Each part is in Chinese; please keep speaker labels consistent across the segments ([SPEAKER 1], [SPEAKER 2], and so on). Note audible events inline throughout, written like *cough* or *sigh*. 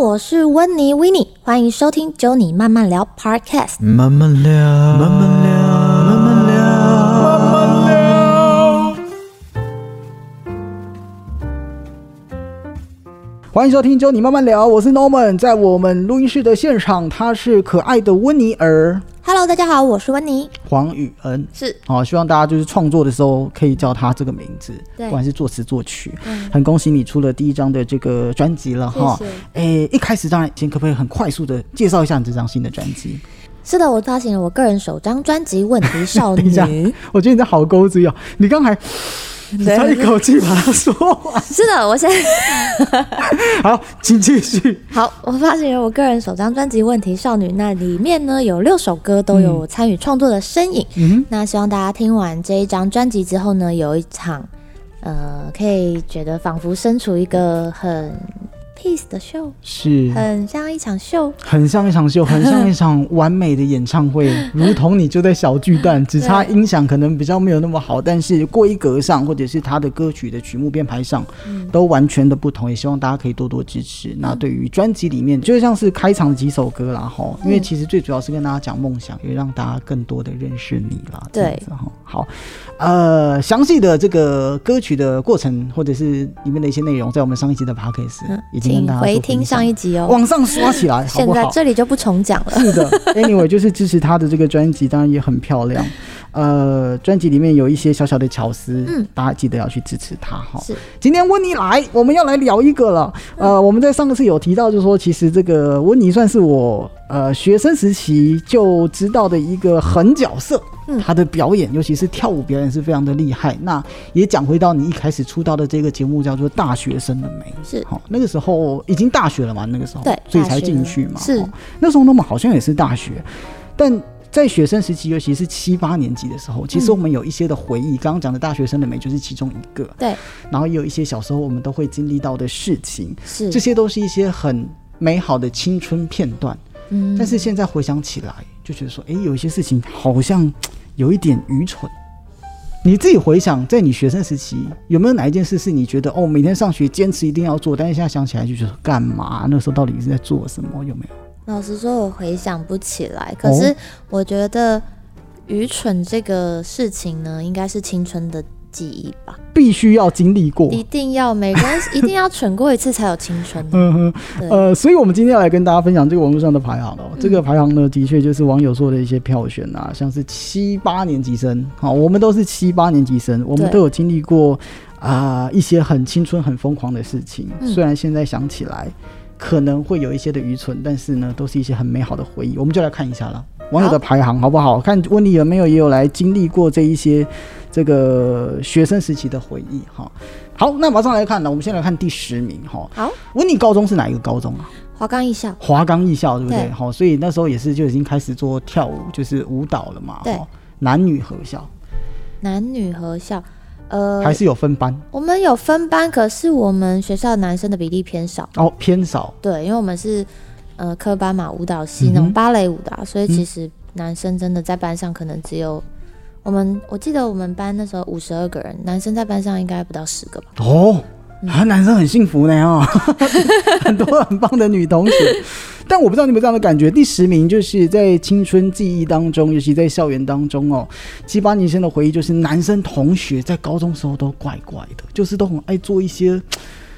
[SPEAKER 1] 我是温妮 w i n n 欢迎收听《揪你慢慢聊》Podcast。
[SPEAKER 2] 慢慢聊，慢慢聊，慢慢聊，慢慢聊。
[SPEAKER 3] 欢迎收听《就你慢慢聊》，我是 Norman，在我们录音室的现场，他是可爱的温尼尔
[SPEAKER 1] Hello，大家好，我是温妮。
[SPEAKER 3] 黄宇恩。
[SPEAKER 1] 是，
[SPEAKER 3] 好、希望大家就是创作的时候可以叫他这个名字，
[SPEAKER 1] 对
[SPEAKER 3] 不管是作词作曲。
[SPEAKER 1] 嗯，
[SPEAKER 3] 很恭喜你出了第一张的这个专辑了哈
[SPEAKER 1] 谢谢。
[SPEAKER 3] 诶，一开始当然先可不可以很快速的介绍一下你这张新的专辑？
[SPEAKER 1] 是的，我发行了我个人首张专辑《问题少
[SPEAKER 3] 等
[SPEAKER 1] 女 *laughs*
[SPEAKER 3] 一下》。我觉得你这好钩子哟，你刚才 *laughs* 你
[SPEAKER 1] 对
[SPEAKER 3] 差一口气把它说完。
[SPEAKER 1] 是的，我现在
[SPEAKER 3] 好，请继续。
[SPEAKER 1] *laughs* 好，我发行了我个人首张专辑《问题少女》，那里面呢有六首歌都有我参与创作的身影。
[SPEAKER 3] 嗯
[SPEAKER 1] 那希望大家听完这一张专辑之后呢，有一场呃，可以觉得仿佛身处一个很 peace 的 show，
[SPEAKER 3] 是。
[SPEAKER 1] 很像一场秀。
[SPEAKER 3] 很像一场秀，很像一场完美的演唱
[SPEAKER 1] *laughs*
[SPEAKER 3] 会，如同你就在小巨蛋，只差音响可能比较没有那么好，但是规格上或者是他的歌曲的曲目编排上，
[SPEAKER 1] 嗯
[SPEAKER 3] 都完全的不同。也希望大家可以多多支持。那对于专辑里面，就像是开场几首歌啦，哈，因为其实最主要是跟大家讲梦想，也让大家更多的认识你啦。
[SPEAKER 1] 对
[SPEAKER 3] 这样子哈，好，呃，详细的这个歌曲的过程或者是里面的一些内容，在我们上一集的 p a c k a s
[SPEAKER 1] 嗯
[SPEAKER 3] e 已经跟
[SPEAKER 1] 请
[SPEAKER 3] 大家做
[SPEAKER 1] 回
[SPEAKER 3] 分
[SPEAKER 1] 听
[SPEAKER 3] 享
[SPEAKER 1] 上一集哦。
[SPEAKER 3] 往上刷
[SPEAKER 1] *laughs*
[SPEAKER 3] 起来，好
[SPEAKER 1] 现
[SPEAKER 3] 不
[SPEAKER 1] 在
[SPEAKER 3] 好？
[SPEAKER 1] 这里就不重讲了。
[SPEAKER 3] 是的 *laughs* ，anyway，就是支持他的这个专辑，当然也很漂
[SPEAKER 1] *laughs*
[SPEAKER 3] 亮。呃，专辑里面有一些小小的巧思，
[SPEAKER 1] 嗯
[SPEAKER 3] 大家记得要去支持他哈。
[SPEAKER 1] 是，嗯
[SPEAKER 3] 今天温妮来，我们要来聊一个了。呃，我们在上个次有提到，就是说，其实这个温妮算是我呃学生时期就知道的一个狠角色。
[SPEAKER 1] 嗯
[SPEAKER 3] 她的表演，尤其是跳舞表演是非常的厉害。那也讲回到你一开始出道的这个节目，叫做《大学生的美》。
[SPEAKER 1] 是
[SPEAKER 3] 好、那个时候已经大学了嘛，那个时候
[SPEAKER 1] 对
[SPEAKER 3] 所以
[SPEAKER 1] 大
[SPEAKER 3] 才
[SPEAKER 1] 学
[SPEAKER 3] 进去嘛。
[SPEAKER 1] 是
[SPEAKER 3] 哦那时候我们好像也是大学，但。在学生时期，尤其是七八年级的时候，其实我们有一些的回忆。刚刚讲的大学生的美就是其中一个，
[SPEAKER 1] 对，
[SPEAKER 3] 然后也有一些小时候我们都会经历到的事情，
[SPEAKER 1] 是
[SPEAKER 3] 这，些都是一些很美好的青春片段。
[SPEAKER 1] 嗯
[SPEAKER 3] 但是现在回想起来，就觉得说，诶，有一些事情好像有一点愚蠢。你自己回想，在你学生时期，有没有哪一件事是你觉得哦，每天上学坚持一定要做，但是现在想起来就觉得干嘛？那时候到底是在做什么？有没有？
[SPEAKER 1] 老实说，我回想不起来。可是我觉
[SPEAKER 3] 哦
[SPEAKER 1] 得愚蠢这个事情呢，应该是青春的记忆吧，
[SPEAKER 3] 必须要经历过。
[SPEAKER 1] 一定要每个
[SPEAKER 3] *laughs*
[SPEAKER 1] 人一定要蠢过一次才有青春。
[SPEAKER 3] 嗯
[SPEAKER 1] 对嗯
[SPEAKER 3] 哼，呃，所以我们今天要来跟大家分享这个网络上的排行哦。这个排行呢，的确就是网友做的一些票选啊，像是七八年级生，好，我们都是七八年级生，我们
[SPEAKER 1] 对
[SPEAKER 3] 都有经历过啊、一些很青春、很疯狂的事情。
[SPEAKER 1] 嗯
[SPEAKER 3] 虽然现在想起来可能会有一些的愚蠢，但是呢，都是一些很美好的回忆。我们就来看一下啦，网友的排行好不好？看温妮有没有也有来经历过这一些这个学生时期的回忆哈。好，那马上来看了，我们先来看第十名哈。
[SPEAKER 1] 好，
[SPEAKER 3] 温妮高中是哪一个高中啊？
[SPEAKER 1] 华冈艺校，
[SPEAKER 3] 华冈艺校，对不对
[SPEAKER 1] 对？
[SPEAKER 3] 好，所以那时候也是就已经开始做跳舞，就是舞蹈了嘛。
[SPEAKER 1] 对
[SPEAKER 3] 齁，男女合校
[SPEAKER 1] 男女合校。呃，
[SPEAKER 3] 还是有分班
[SPEAKER 1] 我们有分班，可是我们学校男生的比例偏少。
[SPEAKER 3] 哦，偏少。
[SPEAKER 1] 对，因为我们是呃科班嘛，舞蹈系那
[SPEAKER 3] 嗯
[SPEAKER 1] 种
[SPEAKER 3] 哼
[SPEAKER 1] 芭蕾舞的啊、所以其
[SPEAKER 3] 嗯
[SPEAKER 1] 实男生真的在班上可能只有我们，我记得我们班那时候五十二个人，男生在班上应该不到十个吧。
[SPEAKER 3] 哦，啊，男生很幸福呢哦， *laughs* 很多很棒的女同学。但我不知道你们有这样的感觉。第十名就是在青春记忆当中，尤其在校园当中哦，七八年生的回忆就是男生同学在高中时候都怪怪的，就是都很爱做一些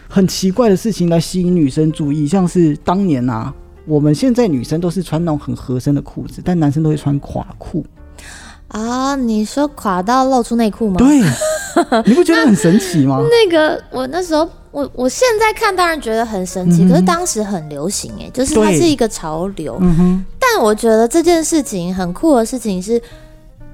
[SPEAKER 3] 很奇怪的事情来吸引女生注意，像是当年啊。我们现在女生都是穿那种很合身的裤子，但男生都会穿垮裤。
[SPEAKER 1] 啊，你说垮到露出内裤吗？，
[SPEAKER 3] 对，你不觉得很神奇吗？
[SPEAKER 1] 那个我那时候，我我现在看当然觉得很神奇，
[SPEAKER 3] 嗯哼
[SPEAKER 1] 可是当时很流行哎、就是它
[SPEAKER 3] 对
[SPEAKER 1] 是一个潮流。
[SPEAKER 3] 嗯哼，
[SPEAKER 1] 但我觉得这件事情很酷的事情是，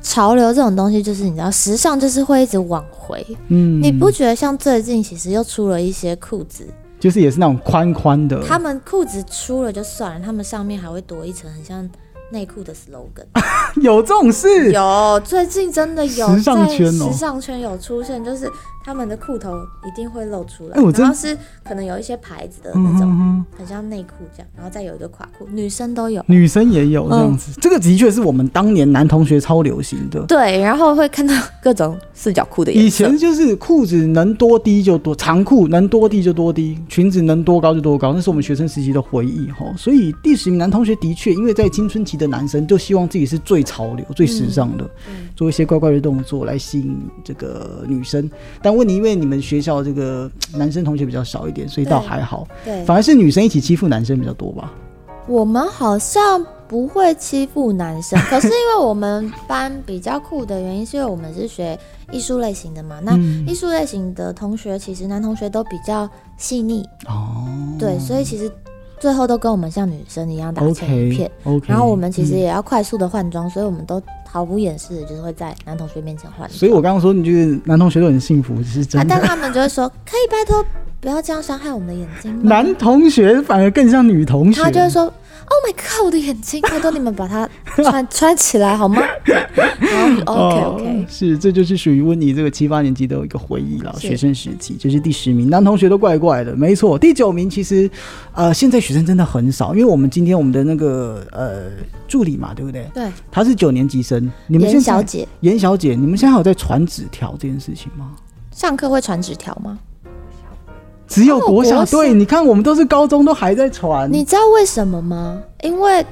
[SPEAKER 1] 潮流这种东西就是你知道，时尚就是会一直往回。
[SPEAKER 3] 嗯，
[SPEAKER 1] 你不觉得像最近其实又出了一些裤子，
[SPEAKER 3] 就是也是那种宽宽的，
[SPEAKER 1] 他们裤子出了就算了，他们上面还会多一层很像内裤的
[SPEAKER 3] *laughs*
[SPEAKER 1] slogan。
[SPEAKER 3] 有这种事？
[SPEAKER 1] 有，最近真的有
[SPEAKER 3] 时尚圈
[SPEAKER 1] 在
[SPEAKER 3] 哦
[SPEAKER 1] 时尚圈有出现，就是他们的裤头一定会露出来，
[SPEAKER 3] 哎我真
[SPEAKER 1] 然后是可能有一些牌子的那种，
[SPEAKER 3] 啊，
[SPEAKER 1] 很像内裤这样，然后再有一个垮裤，女生都有。
[SPEAKER 3] 女生也有这样子，这个的确是我们当年男同学超流行的。
[SPEAKER 1] 嗯对，然后会看到各种四角裤的颜色。
[SPEAKER 3] 以前就是裤子能多低就多，长裤能多低就多低，裙子能多高就多高，那是我们学生时期的回忆哈。所以第十名男同学的确，因为在青春期的男生就希望自己是最潮流、最时尚的，
[SPEAKER 1] 嗯
[SPEAKER 3] 做一些怪怪的动作来吸引这个女生。但问题，因为你们学校这个嘖男生同学比较少一点，所以倒
[SPEAKER 1] 对
[SPEAKER 3] 还好，
[SPEAKER 1] 对，
[SPEAKER 3] 反而是女生一起欺负男生比较多吧。
[SPEAKER 1] 我们好像不会欺负男
[SPEAKER 3] *laughs*
[SPEAKER 1] 生，可是因为我们班比较酷的原因，是因为我们是学艺术类型的嘛。那
[SPEAKER 3] 嗯
[SPEAKER 1] 艺术类型的同学，其实男同学都比较细腻，
[SPEAKER 3] 哦
[SPEAKER 1] 对，所以其实最后都跟我们像女生一样打成一片
[SPEAKER 3] ，OK。OK，
[SPEAKER 1] 然后我们其实
[SPEAKER 3] 嗯
[SPEAKER 1] 也要快速的换装，所以我们都毫不掩饰的，就是会在男同学面前换装。
[SPEAKER 3] 所以我刚刚说，你就是男同学都很幸福，是
[SPEAKER 1] 啊，
[SPEAKER 3] 真的
[SPEAKER 1] 但。他们就会说，可以拜托不要这样伤害我们的眼睛吗？
[SPEAKER 3] 男同学反而更像女同学，
[SPEAKER 1] 他就会说：“Oh my god，我的眼睛，拜托你们把它 *laughs* 穿穿起来好吗？” *laughs* 然后
[SPEAKER 3] 哦
[SPEAKER 1] OK OK，
[SPEAKER 3] 是，这就是属于温妮这个七八年级的一个回忆了。
[SPEAKER 1] 是
[SPEAKER 3] 学生时期，这是第十名，男同学都怪怪的，没错。第九名其实，呃，现在学生真的很少，因为我们今天我们的那个呃助理嘛，对不对？
[SPEAKER 1] 对，
[SPEAKER 3] 她是九年级生，你们
[SPEAKER 1] 严
[SPEAKER 3] 现在
[SPEAKER 1] 小姐
[SPEAKER 3] 严小姐，你们现在还有在传纸条这件事情吗？
[SPEAKER 1] 哦上课会传纸条吗？
[SPEAKER 3] 只有
[SPEAKER 1] 哦
[SPEAKER 3] 国小，
[SPEAKER 1] 国小
[SPEAKER 3] 对，你看我们都是高中都还在传，
[SPEAKER 1] 你知道为什么吗？因为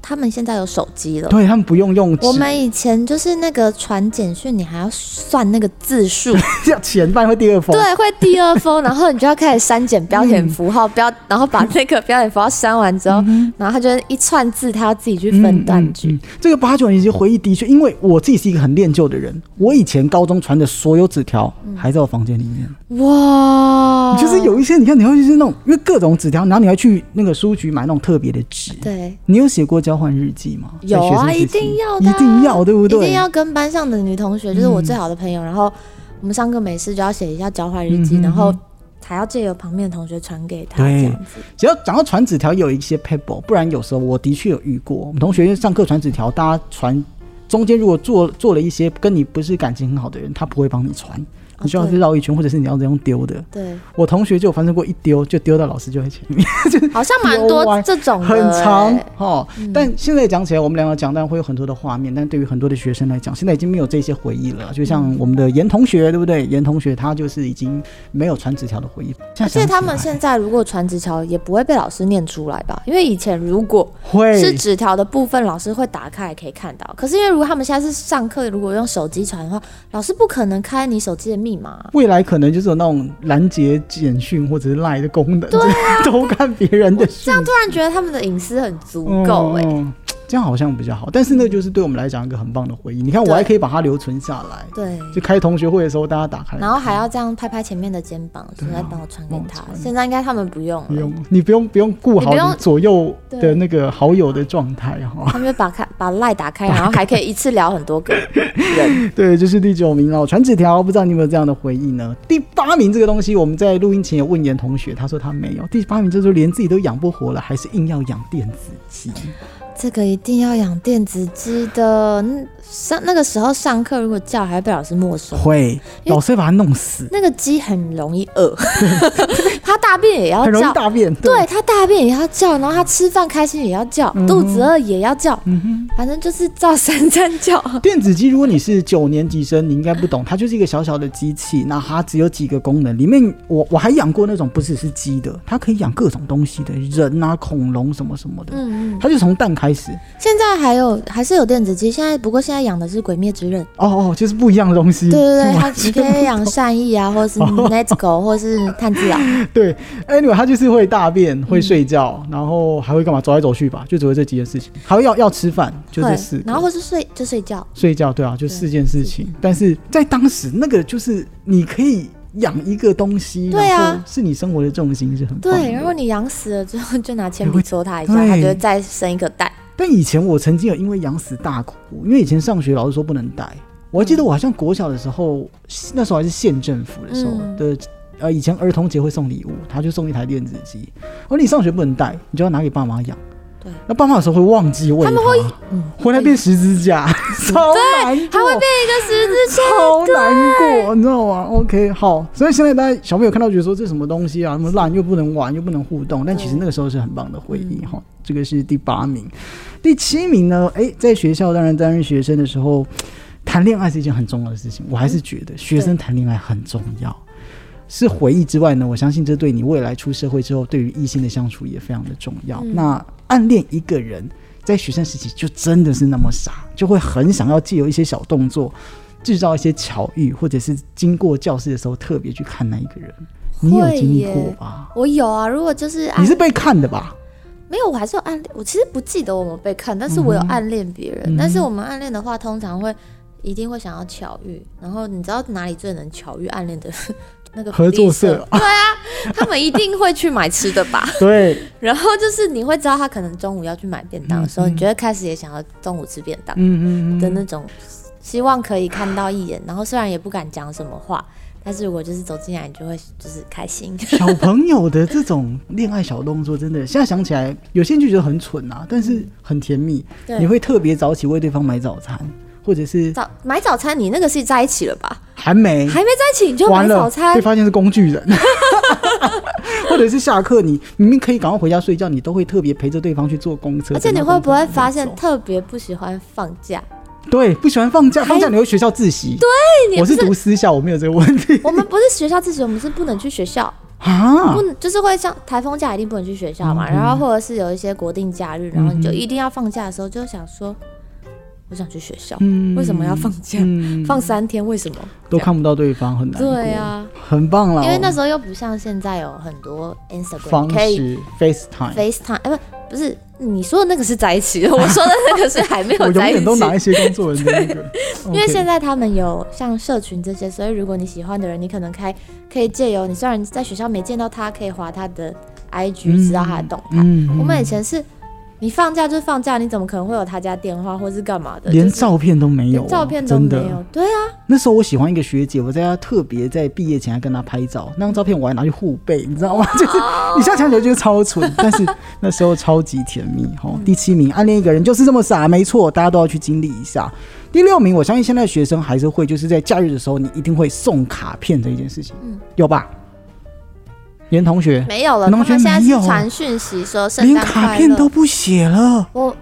[SPEAKER 1] 他们现在有手机了。
[SPEAKER 3] 对他们不用用纸，
[SPEAKER 1] 我
[SPEAKER 3] *laughs*
[SPEAKER 1] 们以前就是那个传简讯，你还要算那个字
[SPEAKER 3] *laughs*
[SPEAKER 1] 数，
[SPEAKER 3] 要前半会第二封，
[SPEAKER 1] 对，会第二封，然后你就要开始删减标点符
[SPEAKER 3] 嗯
[SPEAKER 1] 号，标，然后把那个标点符号删完之后，然后他就一串字，他要自己去分段句。
[SPEAKER 3] 嗯嗯嗯这个八九年级回忆的确，因为我自己是一个很恋旧的人，我以前高中传的所有纸条
[SPEAKER 1] 嗯
[SPEAKER 3] 还在我房间里面，
[SPEAKER 1] 哇，
[SPEAKER 3] 就是有一嗯些你看你会就是那种，因为各种纸条，然后你还去那个书局买那种特别的纸。
[SPEAKER 1] 对。
[SPEAKER 3] 你有写过交换日记吗？在
[SPEAKER 1] 有啊，
[SPEAKER 3] 学生时期
[SPEAKER 1] 一定要的
[SPEAKER 3] 一
[SPEAKER 1] 啊，
[SPEAKER 3] 定要，对不对？嗯
[SPEAKER 1] 一定要跟班上的女同学，就是我最好的朋友。然后我们上课没事就要写一下交换日记，
[SPEAKER 3] 嗯哼
[SPEAKER 1] 然后还要借由旁边的同学传给他
[SPEAKER 3] 对
[SPEAKER 1] 这样子。
[SPEAKER 3] 只要讲到传纸条，有一些 paper，不然有时候我的确有遇过，我们同学因为上课传纸条，大家传中间如果做做了一些跟你不是感情很好的人，他不会帮你传，你需要
[SPEAKER 1] 对
[SPEAKER 3] 去绕一圈，或者是你要这样丢的。
[SPEAKER 1] 嗯对，
[SPEAKER 3] 我同学就有发生过一丢就丢到老师就在前
[SPEAKER 1] *laughs*
[SPEAKER 3] 面，
[SPEAKER 1] 好像蛮多这种的、
[SPEAKER 3] *laughs* 很长
[SPEAKER 1] 欸
[SPEAKER 3] 哦。但现在讲起来，我们两个讲，但会有很多的画面，但对于很多的学生来讲，现在已经没有这些回忆了。就像我们的严同学，对不对？严同学他就是已经没有传纸条的回忆，现
[SPEAKER 1] 而
[SPEAKER 3] 在想
[SPEAKER 1] 且
[SPEAKER 3] 起
[SPEAKER 1] 他们
[SPEAKER 3] 来
[SPEAKER 1] 现在如果传纸条，也不会被老师念出来吧？因为以前如果
[SPEAKER 3] 会
[SPEAKER 1] 是纸条的部分，老师会打开来可以看到。可是因为如果他们现在是上课，如果用手机传的话，老师不可能开你手机的密码啊、
[SPEAKER 3] 未来可能就是有那种拦截简讯或者是赖的功能， *laughs* 偷看别人的
[SPEAKER 1] 啊这
[SPEAKER 3] 讯
[SPEAKER 1] 样突然觉得他们的隐私很足够哎、欸
[SPEAKER 3] 嗯这样好像比较好。但是那就是对我们来讲一个很棒的回忆。你看，我
[SPEAKER 1] 对
[SPEAKER 3] 还可以把它留存下来。
[SPEAKER 1] 对，
[SPEAKER 3] 就开同学会的时候，大家打开来看，
[SPEAKER 1] 然后还要这样拍拍前面的肩膀，
[SPEAKER 3] 啊
[SPEAKER 1] 说来帮我传给他。现在应该他们不用
[SPEAKER 3] 不
[SPEAKER 1] 了，
[SPEAKER 3] 用，你不用不用顾
[SPEAKER 1] 你
[SPEAKER 3] 好
[SPEAKER 1] 不用
[SPEAKER 3] 你左右的
[SPEAKER 1] 对
[SPEAKER 3] 那个好友的状态哈。
[SPEAKER 1] *laughs* 他们就把开把赖打开，然后还可以一次聊很多个
[SPEAKER 3] *laughs*
[SPEAKER 1] 人。
[SPEAKER 3] 对，这是第九名哦，传纸条，不知道你有没有这样的回忆呢？第八名这个东西，我们在录音前也问严同学，他说他没有。第八名就是连自己都养不活了，还是硬要养电子鸡。
[SPEAKER 1] 这个一定要养电子鸡的，嗯上那个时候上课如果叫，还会被老师没收。
[SPEAKER 3] 会，
[SPEAKER 1] 因为
[SPEAKER 3] 老师会把它弄死，
[SPEAKER 1] 那个鸡很容易
[SPEAKER 3] *laughs*
[SPEAKER 1] 饿，它大便也要
[SPEAKER 3] 很容易
[SPEAKER 1] 哦叫，
[SPEAKER 3] 大便。
[SPEAKER 1] 对，它大便也要叫，然后它吃饭开心也要叫，
[SPEAKER 3] 嗯
[SPEAKER 1] 肚子饿也要叫，反正就是照三餐叫。
[SPEAKER 3] 电子鸡，如果你是九年级生，你应该不懂，它就是一个小小的机器，那它只有几个功能。里面我我还养过那种不只是鸡的，它可以养各种东西的，人啊、恐龙什么什么的。
[SPEAKER 1] 嗯嗯，
[SPEAKER 3] 它就从蛋开始，
[SPEAKER 1] 现在还有还是有电子鸡，现在不过现在养的是《鬼灭之刃》。
[SPEAKER 3] 哦哦，就是不一样的东西。
[SPEAKER 1] 对对对，
[SPEAKER 3] 是
[SPEAKER 1] 它
[SPEAKER 3] 吗哦
[SPEAKER 1] 你可以养善意啊，或者是 Netgo，或者是炭治郎。
[SPEAKER 3] *laughs* 对，anyway，它就是会大
[SPEAKER 1] 嗯
[SPEAKER 3] 便、会睡觉，然后还会干嘛？走来走去吧，就只会这几件事情。还会要要吃饭， *laughs* 就
[SPEAKER 1] 对
[SPEAKER 3] 这四个。
[SPEAKER 1] 然后或是睡就睡觉，
[SPEAKER 3] 睡觉，对啊，就四件事情。但是在当时，那个就是你可以养一个东西，
[SPEAKER 1] 对啊，
[SPEAKER 3] 是你生活的重心，是很棒的
[SPEAKER 1] 对，然后你养死了之后，就拿铅笔戳它一下，
[SPEAKER 3] 对
[SPEAKER 1] 它就会再生一个蛋。
[SPEAKER 3] 但以前我曾经有因为养死大哭，因为以前上学老师说不能带。我还
[SPEAKER 1] 嗯
[SPEAKER 3] 记得我好像国小的时候，那时候还是县政府的时候
[SPEAKER 1] 嗯
[SPEAKER 3] 的，呃，以前儿童节会送礼物，他就送一台电子机。而你上学不能带，你就要拿给爸妈养。
[SPEAKER 1] 对对，
[SPEAKER 3] 那爸妈有时候会忘记喂
[SPEAKER 1] 他们会嗯
[SPEAKER 3] 回来变十字架， *laughs* 超难过，
[SPEAKER 1] 还会变一个十
[SPEAKER 3] *laughs*
[SPEAKER 1] 字架，
[SPEAKER 3] 超难过，你知道吗？OK，好，所以现在大家小朋友看到觉得说这什么东西啊，那么烂又不能玩又不能互动，但其实那个时候是很棒的回忆哈。这个是第八名，第七名呢？哎，在学校当然担任学生的时候，谈恋爱是一件很重要的事情，我还是觉得学生谈恋爱很重要。是回忆之外呢，我相信这对你未来出社会之后，对于异性的相处也非常的重要。
[SPEAKER 1] 嗯
[SPEAKER 3] 那暗恋一个人，在学生时期就真的是那么傻，就会很想要借由一些小动作，制造一些巧遇，或者是经过教室的时候特别去看那一个人。你有经历
[SPEAKER 1] 会
[SPEAKER 3] 过
[SPEAKER 1] 耶
[SPEAKER 3] 吧？
[SPEAKER 1] 我有啊，如果就是暗
[SPEAKER 3] 你是被看的
[SPEAKER 1] *laughs*
[SPEAKER 3] 吧？
[SPEAKER 1] 没有，我还是有暗恋。我其实不记得我们被看，但是我有暗恋别人。
[SPEAKER 3] 嗯哼
[SPEAKER 1] 但是我们暗恋的话，通常会一定会想要巧遇。然后你知道哪里最能巧遇暗恋的 *laughs* 那个
[SPEAKER 3] 合作
[SPEAKER 1] 社
[SPEAKER 3] 社？
[SPEAKER 1] 对啊，他们一定会去买吃的吧？
[SPEAKER 3] 对，
[SPEAKER 1] 然后就是你会知道他可能中午要去买便当的时候，
[SPEAKER 3] 嗯嗯
[SPEAKER 1] 你就会开始也想要中午吃便当
[SPEAKER 3] 嗯嗯
[SPEAKER 1] 的
[SPEAKER 3] 嗯，
[SPEAKER 1] 那种，希望可以看到一眼。然后虽然也不敢讲什么话，但是如果就是走进来，你就会就是开心。 *laughs*
[SPEAKER 3] 小朋友的这种恋爱小动作，真的现在想起来，有些人就觉得很蠢啊，但是很甜蜜。
[SPEAKER 1] 对
[SPEAKER 3] 你会特别早起为对方买早餐，或者是
[SPEAKER 1] 早买早餐，你那个是在一起了吧？*laughs*
[SPEAKER 3] 还没
[SPEAKER 1] 还没在一起你就买
[SPEAKER 3] 嗯完
[SPEAKER 1] 早
[SPEAKER 3] 了
[SPEAKER 1] 餐
[SPEAKER 3] 被，发现是工具人， *laughs* 或者是下课你明明可以赶快回家睡觉，你都会特别陪着对方去坐公车。
[SPEAKER 1] 而且你
[SPEAKER 3] 等到
[SPEAKER 1] 会不
[SPEAKER 3] 公车
[SPEAKER 1] 会发现
[SPEAKER 3] 走
[SPEAKER 1] 特别不喜欢放假？
[SPEAKER 3] 对不喜欢放假？
[SPEAKER 1] 还
[SPEAKER 3] 放假你会学校自习。
[SPEAKER 1] 你
[SPEAKER 3] 我
[SPEAKER 1] 不
[SPEAKER 3] 是
[SPEAKER 1] 是
[SPEAKER 3] 读私校，我没有这个问题 *laughs*
[SPEAKER 1] 我们不是学校自习，我们是不能去学校，
[SPEAKER 3] 啊
[SPEAKER 1] 不。能就是会像台风假一定不能去学校嘛，
[SPEAKER 3] 嗯
[SPEAKER 1] 然后或者是有一些国定假日，然后你就一定要放假的时候，就想说，我想去学校，
[SPEAKER 3] 嗯
[SPEAKER 1] 为什么要放假？
[SPEAKER 3] 嗯
[SPEAKER 1] 放三天为什么？
[SPEAKER 3] 都看不到对方，很难过。
[SPEAKER 1] 对啊，
[SPEAKER 3] 很棒啦。
[SPEAKER 1] 因为那时
[SPEAKER 3] 候
[SPEAKER 1] 候又不像现在有很多 Instagram
[SPEAKER 3] 方
[SPEAKER 1] 可以
[SPEAKER 3] 式 FaceTime，
[SPEAKER 1] FaceTime，哎、不不是你说的那个是在一起
[SPEAKER 3] *laughs*
[SPEAKER 1] 的，我说的那个是还没有
[SPEAKER 3] 我永
[SPEAKER 1] 在一
[SPEAKER 3] 远
[SPEAKER 1] 起。
[SPEAKER 3] 都拿一些工作人的那个，
[SPEAKER 1] *laughs* 因为现
[SPEAKER 3] 在
[SPEAKER 1] 在他们有像社群这些，所以如果你喜欢的人，你可能开可以借由你，虽然在学校没见到他，可以划他的 IG 知道他的动态。
[SPEAKER 3] 嗯嗯
[SPEAKER 1] 我们以前是，你放假就放假，你怎么可能会有他家电话或是干嘛的？
[SPEAKER 3] 连
[SPEAKER 1] 就是
[SPEAKER 3] 照片都没有啊，
[SPEAKER 1] 连照片都
[SPEAKER 3] 真
[SPEAKER 1] 没
[SPEAKER 3] 的
[SPEAKER 1] 有，对啊，
[SPEAKER 3] 那时候我喜欢一个学姐，我在她特别在毕业前还跟她拍照，那张照片我还拿去互背，你知道吗？
[SPEAKER 1] 哦
[SPEAKER 3] 就是你现在想起来就是超
[SPEAKER 1] *laughs*
[SPEAKER 3] 蠢，但是那时候超级甜蜜哈。第七名，暗恋一个人就是这么傻，没错，大家都要去经历一下。第六名，我相信现在学生还是会，就是在假日的时候，你一定会送卡片这一件事情，
[SPEAKER 1] 嗯
[SPEAKER 3] 有吧？连同学
[SPEAKER 1] 没有了。他
[SPEAKER 3] 你同
[SPEAKER 1] 们
[SPEAKER 3] 学
[SPEAKER 1] 现在
[SPEAKER 3] 没有啊
[SPEAKER 1] 是传讯息说圣
[SPEAKER 3] 连
[SPEAKER 1] 诞
[SPEAKER 3] 卡
[SPEAKER 1] 快
[SPEAKER 3] 片都
[SPEAKER 1] 乐，
[SPEAKER 3] 不写了，
[SPEAKER 1] 我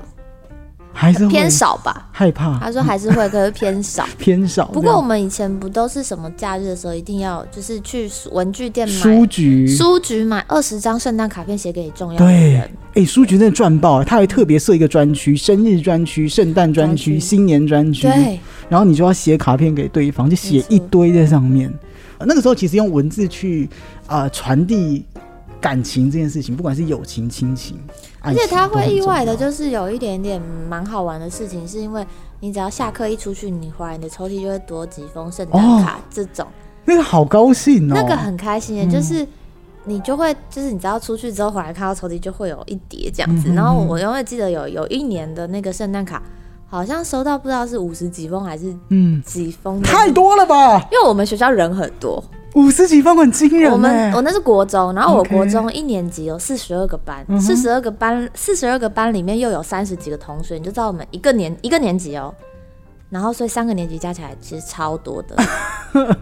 [SPEAKER 3] 还是会哦
[SPEAKER 1] 偏少吧。
[SPEAKER 3] 害怕，
[SPEAKER 1] 他说还是会，可是偏少。
[SPEAKER 3] *laughs* 偏少。
[SPEAKER 1] 不
[SPEAKER 3] 这
[SPEAKER 1] 过
[SPEAKER 3] 样
[SPEAKER 1] 我们以前不都是什么假日的时候一定要就是去文具店买
[SPEAKER 3] 书局
[SPEAKER 1] 书局买二十张圣诞卡片写给你重要的
[SPEAKER 3] 对，
[SPEAKER 1] 人
[SPEAKER 3] 哎。、书局真的赚爆了，他还特别设一个专区，生日专区、圣诞专
[SPEAKER 1] 专区
[SPEAKER 3] 区、新年专区，
[SPEAKER 1] 对，
[SPEAKER 3] 然后你就要写卡片给对方，就写一堆在上面。呃那个时候其实用文字去啊传递感情这件事情，不管是友情、亲情，
[SPEAKER 1] 而且他会意外的，
[SPEAKER 3] 是
[SPEAKER 1] 就是有一点点蛮好玩的事情，是因为你只要下课一出去，你回来你的抽屉就会多几封圣诞
[SPEAKER 3] 哦
[SPEAKER 1] 卡，这种、
[SPEAKER 3] 那个好高兴哦，
[SPEAKER 1] 那个很开心的，就是。你就会，就是你只要出去之后回来看到抽屉，就会有一叠这样子。
[SPEAKER 3] 嗯哼
[SPEAKER 1] 然后
[SPEAKER 3] 嗯哼
[SPEAKER 1] 我永远记得有有一年的那个圣诞卡，好像收到不知道是五十几封还是
[SPEAKER 3] 嗯，
[SPEAKER 1] 几封的，
[SPEAKER 3] 太多了吧，
[SPEAKER 1] 因为我们学校人很多，
[SPEAKER 3] 五十几分很惊人、欸，
[SPEAKER 1] 我们我那是国中，然后我
[SPEAKER 3] OK
[SPEAKER 1] 国中一年级有四十二个班，
[SPEAKER 3] 嗯哼
[SPEAKER 1] 四十二个班，四十二个班里面又有三十几个同学，你就知道我们一个年一个年级哦。然后所以三个年级加起来其实超多
[SPEAKER 3] *laughs*
[SPEAKER 1] 的，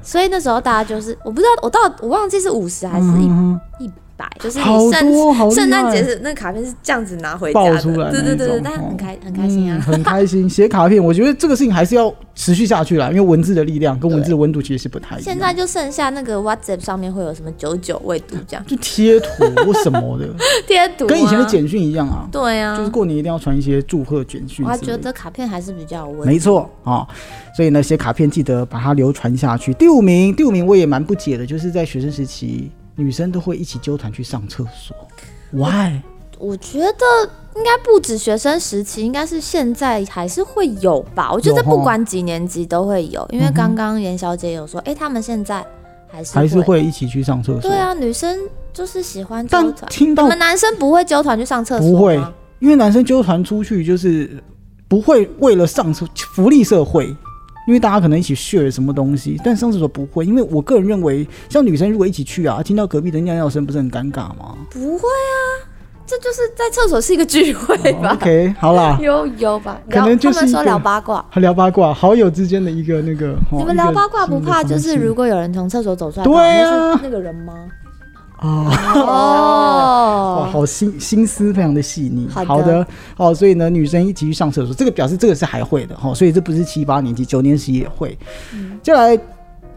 [SPEAKER 1] 所以那时候大家就是我不知道我到我忘记是五十还是一
[SPEAKER 3] 嗯
[SPEAKER 1] 一百、就是
[SPEAKER 3] 好
[SPEAKER 1] 你
[SPEAKER 3] 多好
[SPEAKER 1] 圣圣
[SPEAKER 3] 厉害
[SPEAKER 1] 诞节是那个卡片是这样子拿回家
[SPEAKER 3] 爆
[SPEAKER 1] 的，
[SPEAKER 3] 出来
[SPEAKER 1] 对对对
[SPEAKER 3] 那
[SPEAKER 1] 对，
[SPEAKER 3] 一种
[SPEAKER 1] 但
[SPEAKER 3] 哦
[SPEAKER 1] 很开很开心啊
[SPEAKER 3] 嗯，很开心。写卡片，我觉得这个事情还是要持续下去啦，因为文字的力量跟文字的温度其实是不太一样。
[SPEAKER 1] 现在就剩下那个 WhatsApp 上面会有什么九九未读这样
[SPEAKER 3] 就贴图或什么的，
[SPEAKER 1] 贴图、啊，
[SPEAKER 3] 跟以前的简讯一样啊，
[SPEAKER 1] 对啊，
[SPEAKER 3] 就是过年一定要传一些祝贺简讯
[SPEAKER 1] 我还
[SPEAKER 3] 嗯之
[SPEAKER 1] 觉
[SPEAKER 3] 类的。
[SPEAKER 1] 得卡片还是比较有温
[SPEAKER 3] 没错啊、所以呢，写卡片记得把它流传下去。第五名，第五名我也蛮不解的，就是在学生时期，女生都会一起纠团去上厕所，why？
[SPEAKER 1] 我觉得应该不止学生时期，应该是现在还是会有吧。我觉得
[SPEAKER 3] 有哈嗯
[SPEAKER 1] 不管几年级都会有，因为刚刚严小姐有说，哎、他们现在还是
[SPEAKER 3] 还是会一起去上厕所？
[SPEAKER 1] 对啊，女生就是喜欢纠
[SPEAKER 3] 但
[SPEAKER 1] 团。
[SPEAKER 3] 听
[SPEAKER 1] 你
[SPEAKER 3] 到
[SPEAKER 1] 们男生不会纠团去上厕所吗？
[SPEAKER 3] 不会，因为男生纠团出去就是不会为了上厕福利社会，因为大家可能一起 share 什么东西，但上厕所不会，因为我个人认为，像女生如果一起去啊，听到隔壁的尿尿声不是很尴尬吗？
[SPEAKER 1] 不会啊，这就是在厕所是一个聚会吧？
[SPEAKER 3] 哦 OK，好啦，
[SPEAKER 1] 有有吧？
[SPEAKER 3] 可能
[SPEAKER 1] 聊
[SPEAKER 3] 就
[SPEAKER 1] 他
[SPEAKER 3] 是
[SPEAKER 1] 们
[SPEAKER 3] 一
[SPEAKER 1] 说
[SPEAKER 3] 个
[SPEAKER 1] 聊八卦，
[SPEAKER 3] 聊八卦，好友之间的一个那个。哦
[SPEAKER 1] 你们
[SPEAKER 3] 一个
[SPEAKER 1] 聊八卦
[SPEAKER 3] 新的
[SPEAKER 1] 不怕
[SPEAKER 3] 方
[SPEAKER 1] 就是
[SPEAKER 3] 式
[SPEAKER 1] 如果有人从厕所走出来，
[SPEAKER 3] 对啊
[SPEAKER 1] 然后是那个人吗？
[SPEAKER 3] 哦，哇，
[SPEAKER 1] 哦，
[SPEAKER 3] 好心心思非常的细腻。
[SPEAKER 1] 好的
[SPEAKER 3] 的，哦，所以呢，女生一起去上厕所，这个表示这个是还会的哈、哦，所以这不是七八年级，九年级也会。
[SPEAKER 1] 嗯
[SPEAKER 3] 接下来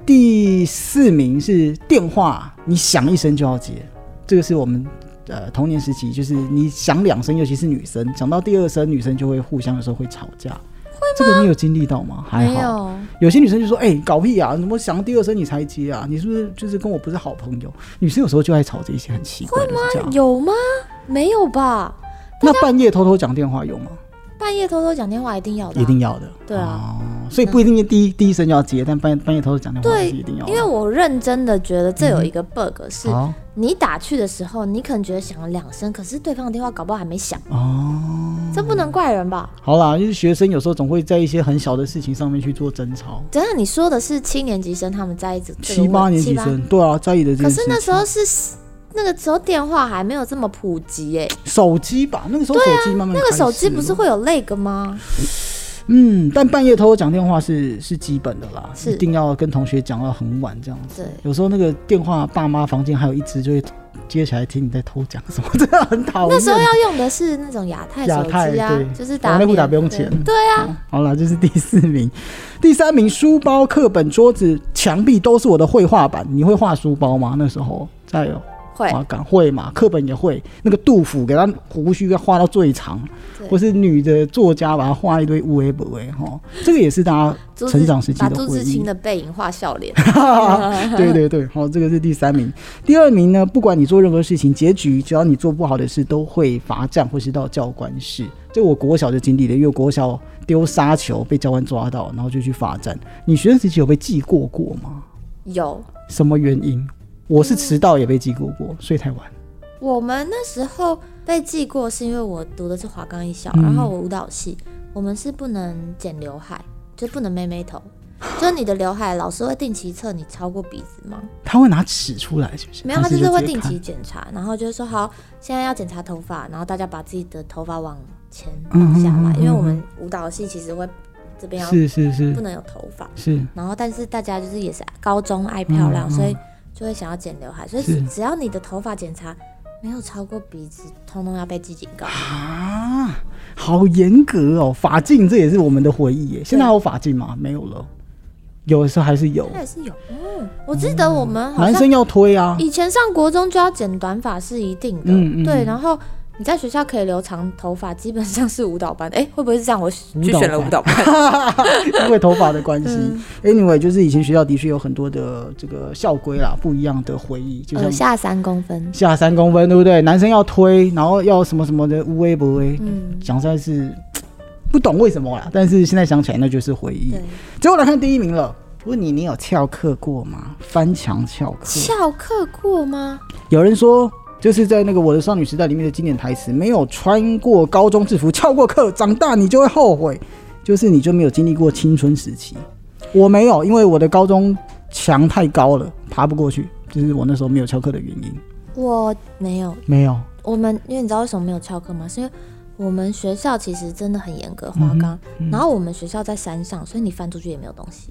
[SPEAKER 3] 第四名是电话，你响一声就要接，这个是我们。呃，童年时期就是你响两声，尤其是女生，响到第二声，女生就会互相有时候会吵架。会这个你有经历到吗？还
[SPEAKER 1] 没
[SPEAKER 3] 好，
[SPEAKER 1] 有，
[SPEAKER 3] 有些女生就说：“哎、搞屁啊！你怎么想第二声你才接啊？你是不是就是跟我不是好朋友？”女生有时候就爱吵这一些很奇怪的架。
[SPEAKER 1] 有吗？没有吧？
[SPEAKER 3] *laughs* 那半夜偷偷讲电话有吗？
[SPEAKER 1] 半夜偷偷讲电话一定要的啊，
[SPEAKER 3] 一定要的。
[SPEAKER 1] 对啊嗯
[SPEAKER 3] 哦，所以不一定第一第一声就要接，但半夜半夜偷偷讲电话
[SPEAKER 1] 对
[SPEAKER 3] 是一定要的。嗯
[SPEAKER 1] 因为我认真的觉得这有一个 bug 是，
[SPEAKER 3] 好
[SPEAKER 1] 你打去的时候，你可能觉得响了两声，可是对方的电话搞不好还没响，
[SPEAKER 3] 哦，
[SPEAKER 1] 这不能怪人吧？
[SPEAKER 3] 好啦，就是学生有时候总会在一些很小的事情上面去做争吵。
[SPEAKER 1] 等一下你说的是七年级生他们在一起，这个
[SPEAKER 3] 七八
[SPEAKER 1] 问
[SPEAKER 3] 年级，生，对啊，在意的这
[SPEAKER 1] 七八可
[SPEAKER 3] 件事
[SPEAKER 1] 是
[SPEAKER 3] 情
[SPEAKER 1] 那时候是那个时候电话还没有这么普及哎、
[SPEAKER 3] 手机吧，那个时候手机慢慢、
[SPEAKER 1] 啊那个手机不
[SPEAKER 3] 哦
[SPEAKER 1] 是会有那个吗？
[SPEAKER 3] 嗯，但半夜偷偷讲电话是是基本的啦，
[SPEAKER 1] 是
[SPEAKER 3] 一定要跟同学讲到很晚这样子。
[SPEAKER 1] 对，
[SPEAKER 3] 有时候那个电话，爸妈房间还有一只就会接起来听你在偷讲什么，真的很讨厌。啊
[SPEAKER 1] 那时候要用的是那种亚太
[SPEAKER 3] 亚
[SPEAKER 1] 手
[SPEAKER 3] 太
[SPEAKER 1] 机啊
[SPEAKER 3] 对，
[SPEAKER 1] 就是
[SPEAKER 3] 往
[SPEAKER 1] 打
[SPEAKER 3] 内
[SPEAKER 1] 免
[SPEAKER 3] 裤打不用
[SPEAKER 1] 费
[SPEAKER 3] 钱
[SPEAKER 1] 对啊，
[SPEAKER 3] 好啦，这是第四名，第三名书包、课本、桌子、墙壁都是我的绘画板。你会画书包吗？那时候在
[SPEAKER 1] 会
[SPEAKER 3] 啊，敢会嘛？课本也会，那个杜甫给他胡须要画到最长，
[SPEAKER 1] 对
[SPEAKER 3] 或是女的作家把它画一堆乌龟不龟哈，这个也是大
[SPEAKER 1] 朱自
[SPEAKER 3] 家成长时期
[SPEAKER 1] 把
[SPEAKER 3] 的
[SPEAKER 1] 朱
[SPEAKER 3] 回
[SPEAKER 1] 自
[SPEAKER 3] 忆
[SPEAKER 1] 清。的背影画笑
[SPEAKER 3] *laughs*
[SPEAKER 1] 脸，
[SPEAKER 3] 对对对，好、这个是第三名。第二名呢，不管你做任何事情，结局只要你做不好的事，都会罚站或是到教官室。这我国小就经历了，因为我国小丢沙球被教官抓到，然后就去罚站。你学生时期有被记过过吗？
[SPEAKER 1] 有。
[SPEAKER 3] 什么原因？我是迟到也被记过过，所以太晚。
[SPEAKER 1] 我们那时候被记过，是因为我读的是华冈艺校，
[SPEAKER 3] 嗯
[SPEAKER 1] 然后我舞蹈系，我们是不能剪刘海，就不能妹妹头。就是你的刘海，老师会定期测你超过鼻子吗？
[SPEAKER 3] 他会拿尺出来，是不是？
[SPEAKER 1] 没有，他
[SPEAKER 3] 还
[SPEAKER 1] 就是是会
[SPEAKER 3] 直接
[SPEAKER 1] 定
[SPEAKER 3] 看
[SPEAKER 1] 期。检查，然后就是说好，现在要检查头发，然后大家把自己的头发往前
[SPEAKER 3] 嗯
[SPEAKER 1] 放下来，
[SPEAKER 3] 嗯嗯
[SPEAKER 1] 因为我们舞蹈系其实会这边要
[SPEAKER 3] 是是是
[SPEAKER 1] 不能有头发，
[SPEAKER 3] 是，
[SPEAKER 1] 然后但是大家就是也是高中爱漂亮，
[SPEAKER 3] 嗯嗯
[SPEAKER 1] 所以就会想要剪刘海，所以
[SPEAKER 3] 是
[SPEAKER 1] 只只要你的头发检查没有超过鼻子，通通要被记警告。
[SPEAKER 3] 啊，好严格哦！法镜这也是我们的回忆耶。现在还有法镜吗？没有了，有的时候还是有
[SPEAKER 1] 那。也是有，嗯，我记得我们好
[SPEAKER 3] 男
[SPEAKER 1] 像
[SPEAKER 3] 生要推啊，
[SPEAKER 1] 以前上国中就要剪短发是一定的，
[SPEAKER 3] 嗯嗯
[SPEAKER 1] 对，
[SPEAKER 3] 嗯
[SPEAKER 1] 然后。你在学校可以留长头发，基本上是舞蹈班。哎、会不会是这样？我
[SPEAKER 3] 舞
[SPEAKER 1] 去
[SPEAKER 3] 蹈
[SPEAKER 1] 选了
[SPEAKER 3] 班
[SPEAKER 1] 舞蹈班。
[SPEAKER 3] *laughs*
[SPEAKER 1] 嗯
[SPEAKER 3] 因为头发的关系。Anyway，就是以前学校的确有很多的这个校规啦，不一样的回忆，就
[SPEAKER 1] 呃，
[SPEAKER 3] 像
[SPEAKER 1] 下三公分，
[SPEAKER 3] 下三公分，对不对？男生要推，然后要什么什么的，无微不微。
[SPEAKER 1] 嗯，
[SPEAKER 3] 讲实在是不懂为什么啦，但是现在想起来那就是回忆
[SPEAKER 1] 对。，
[SPEAKER 3] 结果来看第一名了，问你，你有翘课过吗？翻墙翘课。
[SPEAKER 1] 翘课过吗？
[SPEAKER 3] 有人说，就是在那个《我的少女时代》里面的经典台词：“没有穿过高中制服，翘过课，长大你就会后悔。”就是你就没有经历过青春时期。我没有，因为我的高中墙太高了，爬不过去，这、是我那时候没有翘课的原因。
[SPEAKER 1] 我没有，
[SPEAKER 3] 没有，
[SPEAKER 1] 我们因为你知道为什么没有翘课吗？是因为我们学校其实真的很严格，
[SPEAKER 3] 嗯
[SPEAKER 1] 花岗，然后我们学校在山上，所以你翻出去也没有东
[SPEAKER 3] *laughs*
[SPEAKER 1] 西。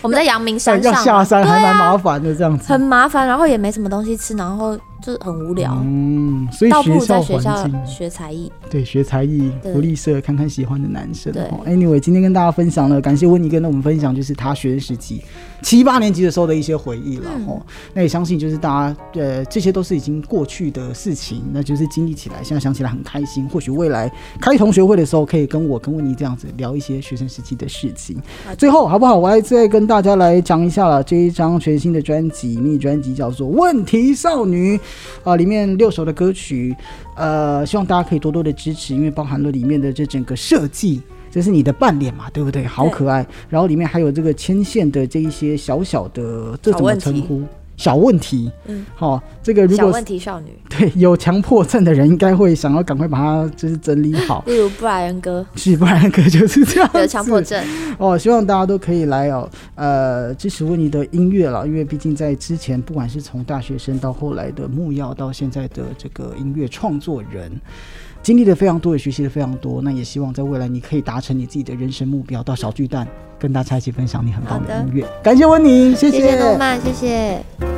[SPEAKER 1] 我们在阳明山
[SPEAKER 3] 要
[SPEAKER 1] 上啊
[SPEAKER 3] 下
[SPEAKER 1] 嘛，
[SPEAKER 3] 山还蛮麻烦的，这样子。
[SPEAKER 1] 很麻烦，然后也没什么东西吃，然后就很无聊，
[SPEAKER 3] 嗯，所以
[SPEAKER 1] 倒不
[SPEAKER 3] 学
[SPEAKER 1] 如在
[SPEAKER 3] 校
[SPEAKER 1] 学
[SPEAKER 3] 环境
[SPEAKER 1] 校学才艺。
[SPEAKER 3] 对学才艺、
[SPEAKER 1] 对
[SPEAKER 3] 福利社，看看喜欢的男生。
[SPEAKER 1] 对
[SPEAKER 3] 哦 Anyway，今天跟大家分享了，感谢温妮跟我们分享，就是他学生时期七八年级的时候的一些回忆了。
[SPEAKER 1] 嗯
[SPEAKER 3] 哦、那也相信就是大家呃，这些都是已经过去的事情，那就是经历起来，现在想起来很开心。或许未来开同学会的时候，可以跟我跟温妮这样子聊一些学生时期的事情。最后好不好？我还再跟大家来讲一下了，这一张全新的专辑，迷你专辑叫做《问题少女》，啊、里面六首的歌曲，呃，希望大家可以多多的支持，因为包含了里面的这整个设计。这是你的半脸嘛，对不对？好可爱。然后里面还有这个牵线的这一些小小的，这怎么称呼？小问题。
[SPEAKER 1] 嗯，
[SPEAKER 3] 好、这个如
[SPEAKER 1] 小
[SPEAKER 3] 果
[SPEAKER 1] 问题少
[SPEAKER 3] *laughs*
[SPEAKER 1] 女，。
[SPEAKER 3] 对有强迫症的人，应该会想要赶快把它就是整理好
[SPEAKER 1] *laughs* 例如布莱恩哥
[SPEAKER 3] *laughs* 是，不然可就是这样子。
[SPEAKER 1] 有强迫症，
[SPEAKER 3] 哦，希望大家都可以来哦，呃，支持温妮的音乐了，因为毕竟在之前，不管是从大学生到后来的木曜，到现在的这个音乐创作人，经历了非常多，也学习了非常多。那也希望在未来你可以达成你自己的人生目标，到小巨蛋跟大家一起分享你很棒
[SPEAKER 1] 好
[SPEAKER 3] 的
[SPEAKER 1] 的
[SPEAKER 3] 音乐。感谢温妮，谢
[SPEAKER 1] 谢谢诺曼，谢谢。